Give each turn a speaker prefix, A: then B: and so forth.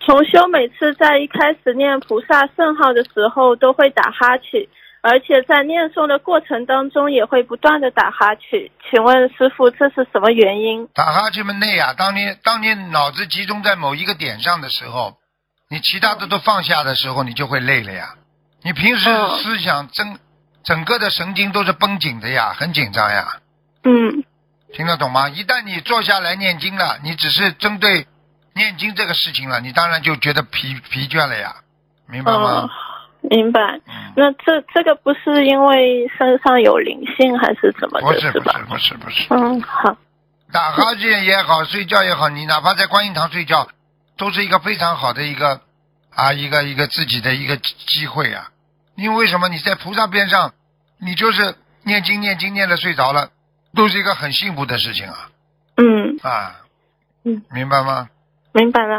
A: 同修每次在一开始念菩萨圣号的时候都会打哈欠，而且在念诵的过程当中也会不断的打哈欠。请问师傅，这是什么原因？
B: 打哈欠嘛累啊！当你当你脑子集中在某一个点上的时候，你其他的都放下的时候，你就会累了呀。你平时
A: 嗯
B: 思想整整个的神经都是绷紧的呀，很紧张呀，
A: 嗯
B: 听得懂吗？一旦你坐下来念经了，你只是针对念经这个事情了，你当然就觉得疲疲倦了呀，明白
A: 嗯
B: 吗？，
A: 明白。
B: 嗯，
A: 那这这个不是因为身上有灵性还是怎么
B: 不
A: 的，
B: 是
A: 是
B: 不
A: 吧
B: 是？不是不是，
A: 嗯，好，
B: 打哈欠也好，睡觉也好，你哪怕在观音堂睡觉，都是一个非常好的一个啊，一个一个自己的一个机机会啊。因为什么？你在菩萨边上，你就是念经念经念的睡着了，都是一个很幸福的事情啊
A: 嗯，
B: 啊！
A: 嗯，
B: 明白吗？
A: 明白了。